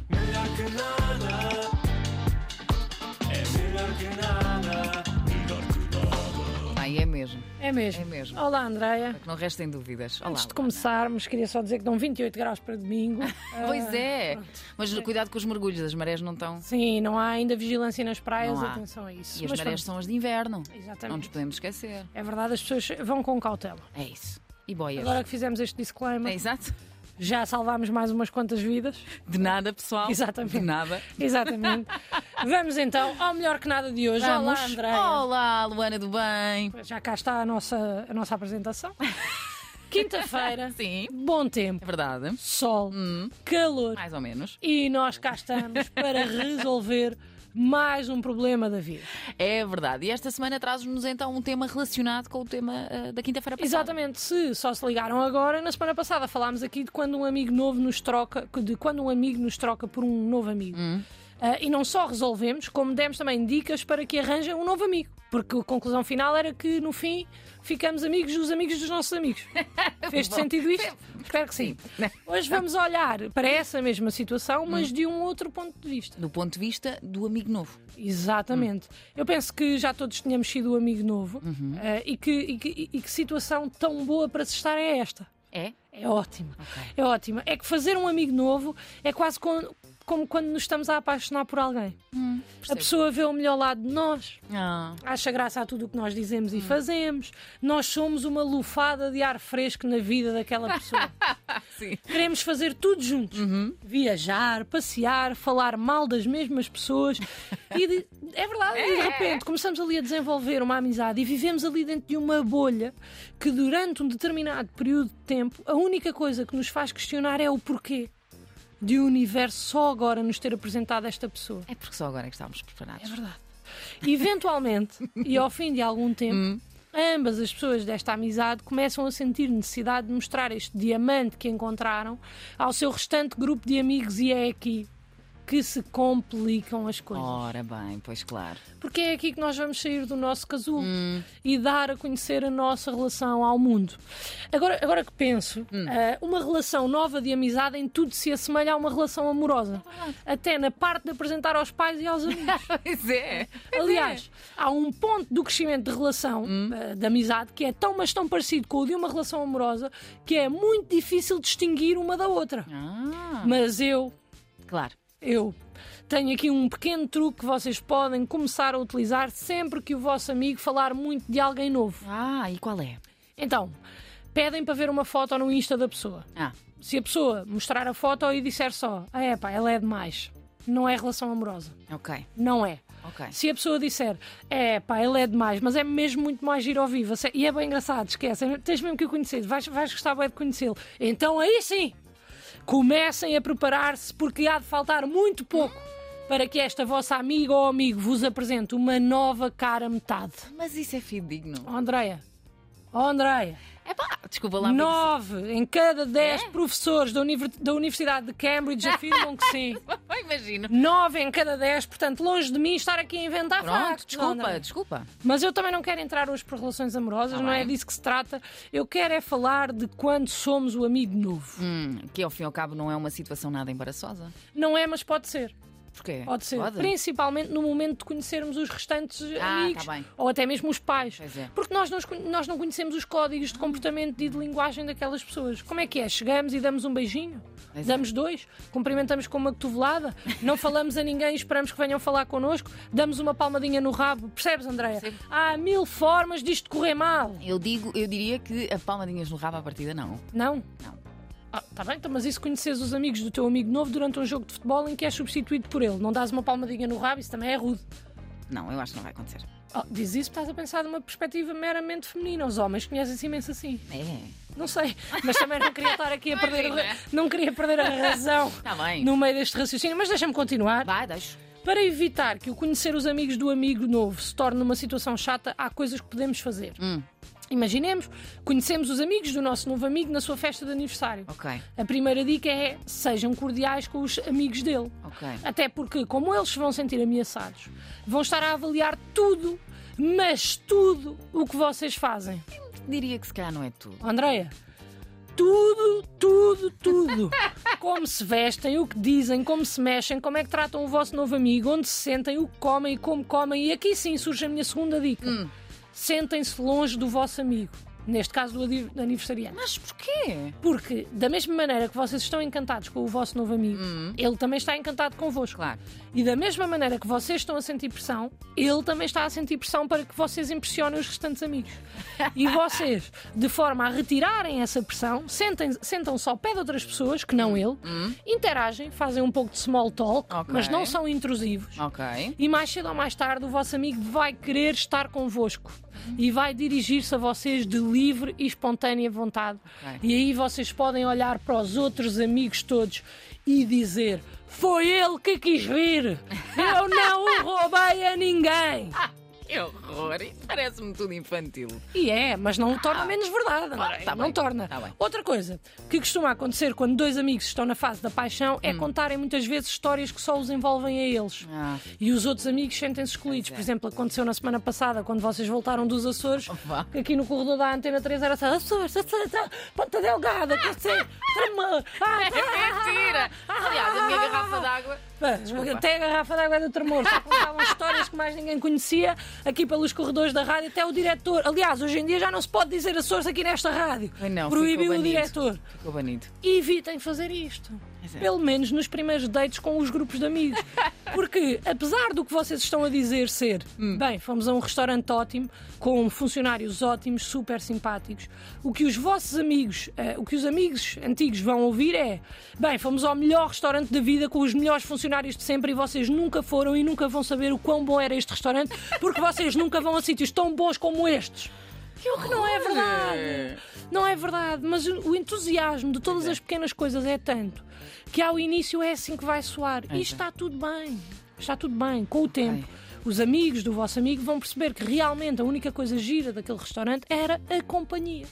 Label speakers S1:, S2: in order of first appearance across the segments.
S1: que nada. É melhor que nada. Melhor que nada.
S2: Ai, é mesmo.
S3: É mesmo.
S2: É mesmo.
S3: Olá, Andreia.
S2: Para que não restem dúvidas. Olá.
S3: Antes de
S2: Luana.
S3: começarmos, queria só dizer que dão 28 graus para domingo.
S2: Pois
S3: Ah,
S2: é. Mas cuidado com os mergulhos, as marés não estão.
S3: Sim, não há ainda vigilância nas praias,
S2: Não há.
S3: atenção a isso.
S2: E as
S3: Mas
S2: marés
S3: pronto,
S2: são as de inverno. Não nos
S3: Exatamente.
S2: podemos esquecer.
S3: É verdade, as pessoas vão com cautela.
S2: É isso. E boias.
S3: Agora que fizemos este disclaimer,
S2: É exato.
S3: já salvámos mais umas quantas vidas.
S2: De nada, pessoal.
S3: Exatamente.
S2: De nada.
S3: Exatamente. Vamos então ao melhor que nada de hoje. Olá,
S2: Vamos.
S3: Andréia.
S2: Olá, Luana do Bem.
S3: Já cá está a nossa, a nossa apresentação. Quinta-feira,
S2: Sim.
S3: bom tempo,
S2: É verdade.
S3: sol,
S2: Hum.
S3: calor
S2: Mais ou menos.
S3: e nós cá estamos para resolver mais um problema da vida.
S2: É verdade. E esta semana traz-nos então um tema relacionado com o tema ah, da quinta-feira passada.
S3: Exatamente, se só se ligaram agora, na semana passada falámos aqui de quando um amigo novo nos troca, de quando um amigo nos troca por um novo amigo. Ah, e não só resolvemos, como demos também dicas para que arranjem um novo amigo. Porque a conclusão final era que, no fim, ficamos amigos dos amigos dos nossos amigos. Fez-te sentido isto? Espero que sim. Hoje vamos olhar para essa mesma situação, mas de um outro ponto de vista.
S2: Do ponto de vista do amigo novo.
S3: Exatamente. Eu penso que já todos tínhamos sido um amigo novo eh, e, que, e que- e que situação tão boa para se estar é esta.
S2: É?
S3: É ótima. É ótima. É que fazer um amigo novo é quase com- como quando nos estamos a apaixonar por alguém. a
S2: percebo.
S3: pessoa vê o melhor lado de nós,
S2: Ah.
S3: acha graça a tudo o que nós dizemos e fazemos. Nós somos uma lufada de ar fresco na vida daquela pessoa.
S2: Sim.
S3: Queremos fazer tudo juntos. Viajar, passear, falar mal das mesmas pessoas. E de- é verdade, e de repente começamos ali a desenvolver uma amizade e vivemos ali dentro de uma bolha que durante um determinado período de tempo a única coisa que nos faz questionar é o porquê de o universo só agora nos ter apresentado esta pessoa.
S2: É porque só agora é que estávamos preparados.
S3: É verdade. Eventualmente, e ao fim de algum tempo, ambas as pessoas desta amizade começam a sentir necessidade de mostrar este diamante que encontraram ao seu restante grupo de amigos, e é aqui que se complicam as coisas.
S2: Ora bem, pois claro.
S3: Porque é aqui que nós vamos sair do nosso casulo e dar a conhecer a nossa relação ao mundo. Agora, agora que penso, ah, uma relação nova de amizade em tudo se assemelha a uma relação amorosa. Até na parte de apresentar aos pais e aos amigos.
S2: Pois é.
S3: Aliás, há um ponto do crescimento de relação, eh, de amizade, que é tão, mas tão parecido com o de uma relação amorosa, que é muito difícil distinguir uma da outra.
S2: Ah,
S3: Mas eu,
S2: claro.
S3: eu, tenho aqui um pequeno truque que vocês podem começar a utilizar sempre que o vosso amigo falar muito de alguém novo.
S2: Ah, e qual é?
S3: Então, pedem para ver uma foto no Insta da pessoa.
S2: Ah,
S3: Se a pessoa mostrar a foto e disser só, ah, é pá, ela é demais, não é relação amorosa.
S2: ok,
S3: Não é.
S2: ok.
S3: Se a pessoa disser, é pá, ele é demais, mas é mesmo muito mais giro ao vivo, se- e é bem engraçado, esquece, é- tens mesmo que o conhecer, vais, vais gostar bem de conhecê-lo. Então aí sim, comecem a preparar-se, porque há de faltar muito pouco para que esta vossa amiga ou amigo vos apresente uma nova cara metade.
S2: Mas isso é fidedigno.
S3: Oh, Andreia, oh, Andreia,
S2: É pá, desculpa lá.
S3: nove em cada dez
S2: É?
S3: professores da, univer- da Universidade de Cambridge afirmam que sim.
S2: porque- Imagino.
S3: nove em cada dez, portanto, longe de mim estar aqui a
S2: É
S3: inventar factos,
S2: Pronto, desculpa,
S3: Andreia.
S2: desculpa.
S3: Mas eu também não quero entrar hoje por relações amorosas,
S2: Tá
S3: não é
S2: bem.
S3: disso que se trata. Eu quero é falar de quando somos o amigo novo.
S2: Hum, que ao fim e ao cabo não é uma situação nada embaraçosa.
S3: Não é, mas pode ser.
S2: Porquê?
S3: Pode ser. Principalmente no momento de conhecermos os restantes
S2: Ah,
S3: amigos.
S2: tá bem.
S3: Ou até mesmo os pais.
S2: Pois é. Ah.
S3: Porque nós, não os con- nós não conhecemos os códigos de comportamento e de linguagem daquelas pessoas. Como é que é? Chegamos e damos um beijinho?
S2: Pois é.
S3: damos dois? Cumprimentamos com uma cotovelada? não falamos a ninguém e esperamos que venham falar connosco? Damos uma palmadinha no rabo? Percebes, Andréia?
S2: Percebo.
S3: Há mil formas disto correr mal.
S2: Eu, digo, eu diria que a palmadinhas no rabo à partida não.
S3: Não?
S2: Não.
S3: Ah, tá bem, então, mas isso conheces os amigos do teu amigo novo durante um jogo de futebol em que és substituído por ele. Não dás uma palmadinha no rabo, isso também é rude.
S2: Não, eu acho que não vai acontecer.
S3: Oh, diz isso, estás a pensar de uma perspectiva meramente feminina. Os homens conhecem-se imenso assim.
S2: É.
S3: Não sei, mas também não queria estar aqui a perder, a,
S2: Imagina.
S3: ra- não queria perder a razão
S2: Tá bem.
S3: no meio deste raciocínio. Mas deixa-me continuar.
S2: Vai, deixo.
S3: Para evitar que o conhecer os amigos do amigo novo se torne uma situação chata, há coisas que podemos fazer.
S2: Hum.
S3: Imaginemos, conhecemos os amigos do nosso novo amigo na sua festa de aniversário.
S2: Ok,
S3: A primeira dica é sejam cordiais com os amigos dele.
S2: ok.
S3: Até porque, como eles se vão sentir ameaçados, vão estar a avaliar tudo, mas tudo o que vocês fazem.
S2: Diria que se calhar não é tudo.
S3: Andreia, tudo, tudo, tudo. Como se vestem, o que dizem, como se mexem, como é que tratam o vosso novo amigo, onde se sentem, o que comem e como comem. E aqui sim surge a minha segunda dica. Sentem-se longe do vosso amigo. Neste caso do adi- aniversariante.
S2: Mas porquê?
S3: Porque, da mesma maneira que vocês estão encantados com o vosso novo amigo, ele também está encantado convosco.
S2: Hum. Claro.
S3: E da mesma maneira que vocês estão a sentir pressão, ele também está a sentir pressão para que vocês impressionem os restantes amigos. E vocês, de forma a retirarem essa pressão, sentem- sentam-se ao pé de outras pessoas, que não ele, interagem, fazem um pouco de small talk,
S2: Hum. Ok.
S3: mas não são intrusivos.
S2: Ok.
S3: E mais cedo ou mais tarde o vosso amigo vai querer estar convosco e vai dirigir-se a vocês de livre e espontânea vontade.
S2: Ok.
S3: E aí vocês podem olhar para os outros amigos todos e dizer: Foi ele que quis vir! Eu não o roubei a ninguém!
S2: Ah, Que horror! Isso parece-me tudo infantil.
S3: E é, mas não o torna menos verdade. André.
S2: Ah, tá
S3: não
S2: bem,
S3: torna.
S2: tá bem.
S3: Outra coisa que costuma acontecer quando dois amigos estão na fase da paixão é contarem muitas vezes histórias que só os envolvem a eles.
S2: Hum. Ah. é.
S3: E os outros amigos sentem-se excluídos. Por exemplo, aconteceu na semana passada, quando vocês voltaram dos Açores,
S2: Vá.
S3: que aqui no corredor da Antena 3 era assim: Açores, Açores, ah, Ponta Delgada, que sei, tremor. Ah,
S2: É mentira! Aliás, a minha garrafa d'água.
S3: Pá, Até a garrafa d'água do tremor. Só contavam histórias que mais ninguém conhecia aqui pelos corredores da rádio, até o diretor. Aliás, hoje em dia já não se pode dizer Açores aqui nesta rádio.
S2: Pois não,
S3: Proibiu
S2: ficou
S3: o
S2: banido.
S3: diretor.
S2: Ficou banido.
S3: Evitem fazer isto.
S2: Pois é.
S3: Pelo menos nos primeiros dates com os grupos de amigos. Porque, apesar do que vocês estão a dizer ser,
S2: Hum.
S3: bem, fomos a um restaurante ótimo, com funcionários ótimos, super simpáticos, o que os vossos amigos, eh, o que os amigos antigos vão ouvir é, bem, fomos ao melhor restaurante da vida, com os melhores funcionários de sempre, e vocês nunca foram e nunca vão saber o quão bom era este restaurante, porque vocês nunca vão a sítios tão bons como estes. O que não é verdade. Não é verdade, mas o o entusiasmo de todas as pequenas coisas é tanto que ao início é assim que vai soar. E está tudo bem. Está tudo bem. Com o tempo, os amigos do vosso amigo vão perceber que realmente a única coisa gira daquele restaurante era a companhia.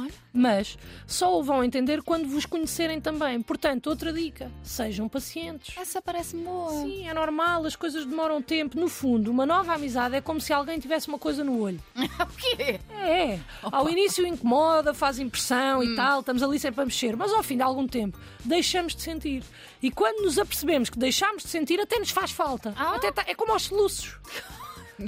S2: Olha.
S3: Mas só o vão entender quando vos conhecerem também. Portanto, outra dica: sejam pacientes.
S2: Essa parece-me boa.
S3: Sim, é normal, as coisas demoram tempo. No fundo, uma nova amizade é como se alguém tivesse uma coisa no olho.
S2: O quê?
S3: É, ao início incomoda, faz impressão
S2: Hum.
S3: e tal, estamos ali sempre a mexer, mas ao fim de algum tempo deixamos de sentir. E quando nos apercebemos que deixámos de sentir, até nos faz falta.
S2: Ah.
S3: Até tá- é como aos soluços.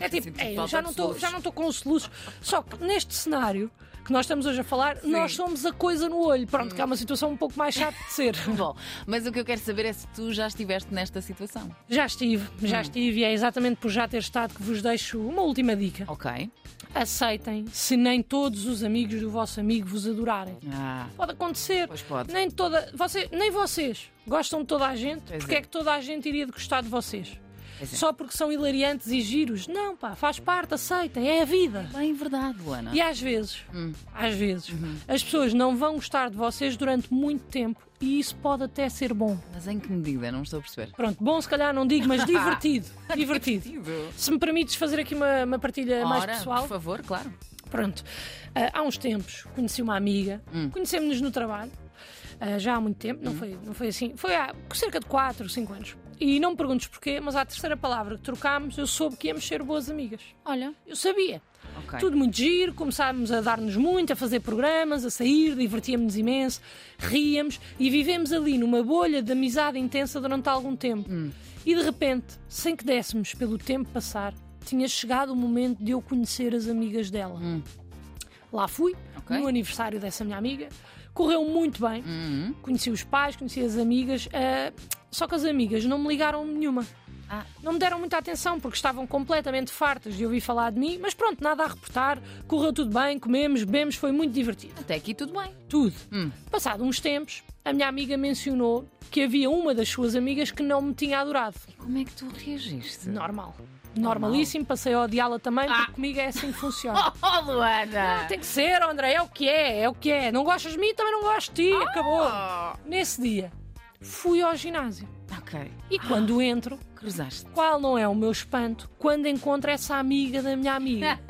S3: É tipo,
S2: senti
S3: "Ei,
S2: falta
S3: já
S2: de
S3: não estou
S2: soluços."
S3: já não estou com os soluços. Só que neste cenário que nós estamos hoje a falar, nós somos a coisa no olho. Pronto,
S2: Hum.
S3: que é uma situação um pouco mais chata de ser.
S2: Bom, mas o que eu quero saber é se tu já estiveste nesta situação.
S3: já estive,
S2: Hum.
S3: já estive, e é exatamente por já ter estado que vos deixo uma última dica.
S2: Ok.
S3: Aceitem se nem todos os amigos do vosso amigo vos adorarem.
S2: Ah.
S3: Pode acontecer.
S2: Pois pode.
S3: Nem, toda, você, nem vocês gostam de toda a gente.
S2: Pois
S3: Porque
S2: é.
S3: é. que toda a gente iria de gostar de vocês?
S2: Pois é.
S3: Só porque são hilariantes e giros? Não, pá, faz parte, aceitem, é a vida.
S2: Bem verdade, Luana.
S3: E às vezes,
S2: Hum.
S3: às vezes,
S2: Uhum.
S3: as pessoas não vão gostar de vocês durante muito tempo e isso pode até ser bom.
S2: Mas em que medida? Não estou a perceber.
S3: Pronto, bom se calhar não digo, mas divertido. divertido.
S2: Divertido.
S3: Se me permites fazer aqui uma, uma partilha É mais
S2: Ora,
S3: pessoal.
S2: por favor, claro.
S3: Pronto, Ah, há uns tempos conheci uma amiga, conhecemos-nos no trabalho, ah, já há muito tempo, não, foi, não foi assim, foi há cerca de 4 ou 5 anos. E não me perguntes porquê, mas à terceira palavra que trocámos, eu soube que íamos ser boas amigas.
S2: Olha.
S3: Eu sabia.
S2: Ok.
S3: Tudo muito giro, começámos a dar-nos muito, a fazer programas, a sair, divertíamos-nos imenso, ríamos e vivemos ali numa bolha de amizade intensa durante algum tempo.
S2: Hum.
S3: E de repente, sem que dessemos pelo tempo passar, tinha chegado o momento de eu conhecer as amigas dela. Lá fui,
S2: Hum. Ok.
S3: no aniversário dessa minha amiga, correu muito bem,
S2: Uhum.
S3: conheci os pais, conheci as amigas, ah, só que as amigas não me ligaram nenhuma.
S2: Ah.
S3: Não me deram muita atenção porque estavam completamente fartas de ouvir falar de mim, mas pronto, nada a reportar, correu tudo bem, comemos, bebemos, foi muito divertido.
S2: Até aqui tudo bem.
S3: Tudo.
S2: Hum.
S3: Passado uns tempos, a minha amiga mencionou que havia uma das suas amigas que não me tinha adorado.
S2: Como é que tu reagiste?
S3: Normal. Normalíssimo, passei a odiá-la também, porque comigo é assim que funciona.
S2: Oh, Luana!
S3: Tem que ser, André, é o que é, é o que é. Não gostas de mim, também não gosto de ti, acabou. Nesse dia, fui ao ginásio.
S2: Ok.
S3: E quando entro,
S2: Cruzaste.
S3: qual não é o meu espanto quando encontro essa amiga da minha amiga?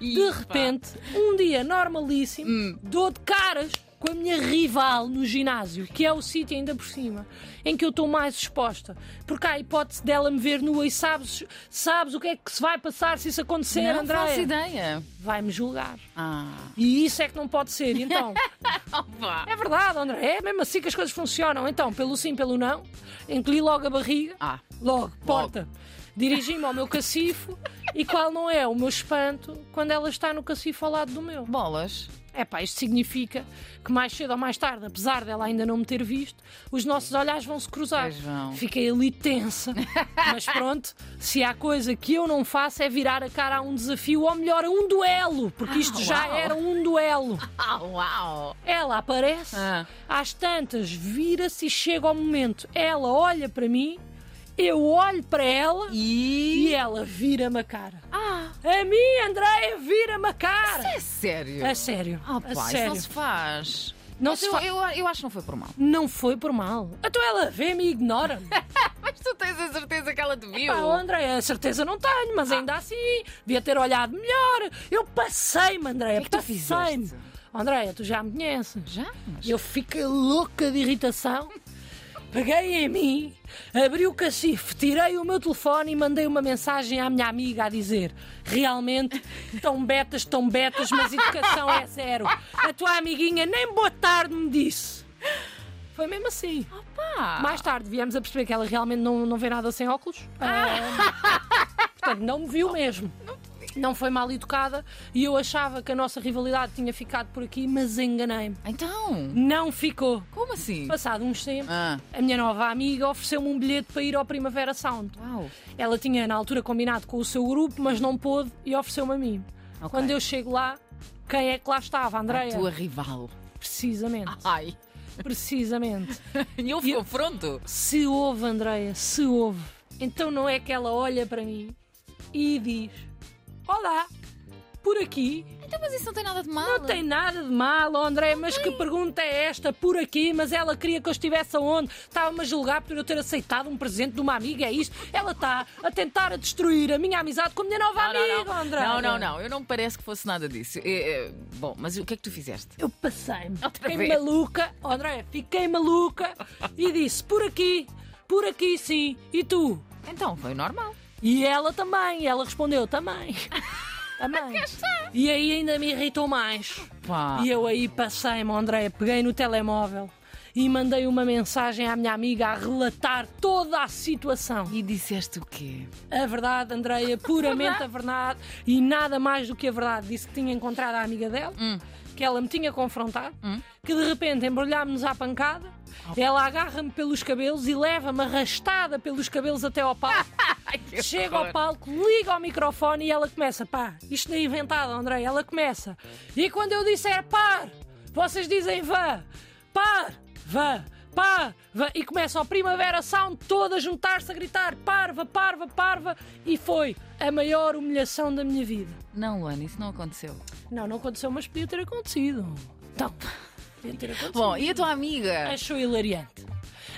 S3: De repente, um dia normalíssimo, dou de caras com a minha rival no ginásio, que é o sítio ainda por cima, em que eu estou mais exposta. Porque há a hipótese dela me ver nua e sabes, sabes o que é que se vai passar se isso acontecer,
S2: não faço
S3: André?
S2: ideia.
S3: Vai-me julgar.
S2: Ah,
S3: E isso é que não pode ser. E Então,
S2: opa.
S3: é verdade, André, é mesmo assim que as coisas funcionam. Então, pelo sim, pelo não, encolhi logo a barriga.
S2: Ah,
S3: Logo, porta. Dirigi-me ao meu cacifo e qual não é o meu espanto quando ela está no cacifo ao lado do meu.
S2: bolas.
S3: É pá, isto significa que mais cedo ou mais tarde, apesar dela ainda não me ter visto, os nossos olhares vão se cruzar.
S2: Pois vão.
S3: Fiquei ali tensa. Mas pronto, se há coisa que eu não faço é virar a cara a um desafio, ou melhor, a um duelo, porque isto
S2: Ah,
S3: já
S2: uau.
S3: era um duelo.
S2: Ah, uau.
S3: Ela aparece,
S2: Ah.
S3: às tantas, vira-se e chega ao momento. Ela olha para mim, eu olho para ela
S2: E...
S3: e ela vira-me a cara.
S2: Ah,
S3: A mim, Andréia, vira-me a cara!
S2: é sério.
S3: A sério.
S2: Ah,
S3: a
S2: pá, isso
S3: sério.
S2: não se faz.
S3: Não
S2: Mas
S3: se
S2: eu,
S3: fa-
S2: eu, eu acho que não foi por mal.
S3: Não foi por mal. Então ela vê-me e ignora-me.
S2: Mas tu tens a certeza que ela te viu?
S3: Pá, André, a certeza não tenho,
S2: Ah.
S3: mas ainda assim, devia ter olhado melhor. Eu passei-me, Andréia,
S2: O que é que tu
S3: passei-me.
S2: fizeste?
S3: Andréia, tu já me conheces.
S2: Já? Mas...
S3: Eu fiquei louca de irritação. Peguei em mim, abri o cacifo, tirei o meu telefone e mandei uma mensagem à minha amiga a dizer: Realmente, tão betas, tão betas, mas educação é zero. A tua amiguinha nem boa tarde me disse. Foi mesmo assim.
S2: ah, Pá.
S3: Mais tarde viemos a perceber que ela realmente não, não vê nada sem óculos. Ah, portanto, não me viu mesmo. Não foi mal educada e eu achava que a nossa rivalidade tinha ficado por aqui, mas enganei-me.
S2: Então,
S3: Não ficou.
S2: como assim?
S3: Passado uns tempos,
S2: Ah.
S3: a minha nova amiga ofereceu-me um bilhete para ir ao Primavera Sound.
S2: Uau.
S3: Ela tinha na altura combinado com o seu grupo, mas não pôde e ofereceu-me a mim.
S2: Ok.
S3: Quando eu chego lá, quem é que lá estava?
S2: A
S3: Andreia?
S2: tua Ah. rival.
S3: Precisamente,
S2: Ai.
S3: precisamente.
S2: E houve confronto?
S3: Se ouve, Andreia, se ouve. Então não é que ela olha para mim e diz: Olá, por aqui
S2: Então, mas isso não tem nada de mal.
S3: Não tem nada de mal, oh André, mas que pergunta é esta por aqui? Mas ela queria que eu estivesse aonde? Estava-me a julgar por eu ter aceitado um presente de uma amiga, é isto? Ela está a tentar a destruir a minha amizade com a minha nova
S2: Não,
S3: amiga,
S2: não, não.
S3: André.
S2: Tá Não, não, não. Eu não me parece que fosse nada disso. É, é, bom, mas o que é que tu fizeste?
S3: Eu passei-me.
S2: Outra
S3: Fiquei
S2: vez.
S3: maluca, oh, André, fiquei maluca e disse por aqui, por aqui sim, e tu?
S2: Então, foi normal.
S3: E ela também, e ela respondeu também. também. E aí ainda me irritou mais.
S2: Pá.
S3: E eu aí passei-me, André, peguei no telemóvel e mandei uma mensagem à minha amiga a relatar toda a situação.
S2: E disseste o quê?
S3: A verdade, Andreia, puramente a verdade e nada mais do que a verdade. Disse que tinha encontrado a amiga dela, que ela me tinha confrontado, que de repente embrulhámos-nos à pancada, ela agarra-me pelos cabelos e leva-me arrastada pelos cabelos até ao palco. Chega ao palco, liga ao microfone e ela começa, pá, isto não é inventado, André, ela começa. E quando eu disser par, vocês dizem vá, par, vá, par, vá. E começa ao Primavera Sound toda a juntar-se a gritar parva, parva, parva. E foi a maior humilhação da minha vida.
S2: Não, Luana, isso não aconteceu.
S3: Não, não aconteceu, mas podia ter acontecido. Então, podia ter acontecido.
S2: Bom, e a tua amiga?
S3: Achou hilariante.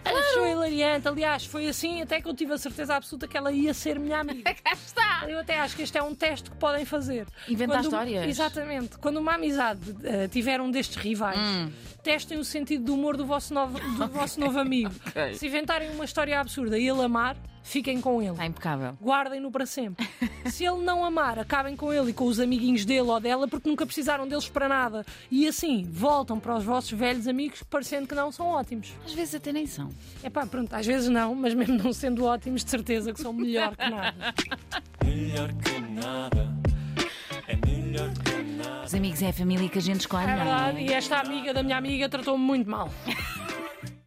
S3: Achou hilariante. Aliás, foi assim até que eu tive a certeza absoluta que ela ia ser minha amiga.
S2: Cá está!
S3: Eu até acho que este é um teste que podem fazer.
S2: Inventar
S3: Quando-
S2: histórias.
S3: Exatamente. Quando uma amizade eh, tiver um destes rivais,
S2: Hum.
S3: testem o sentido do humor do vosso novo, do vosso novo amigo.
S2: ok.
S3: Se inventarem uma história absurda e ele amar, fiquem com ele.
S2: Está impecável.
S3: Guardem-no para sempre. Se ele não amar, acabem com ele e com os amiguinhos dele ou dela, porque nunca precisaram deles para nada. E assim, voltam para os vossos velhos amigos, parecendo que não são ótimos.
S2: Às vezes até nem são.
S3: É pá, pronto, às vezes não, mas mesmo não sendo ótimos, de certeza que são melhor que nada.
S1: Melhor que nada. É melhor que nada.
S2: Os amigos é a família que a gente escolhe.
S3: É
S2: não
S3: verdade, e esta amiga da minha amiga tratou-me muito mal.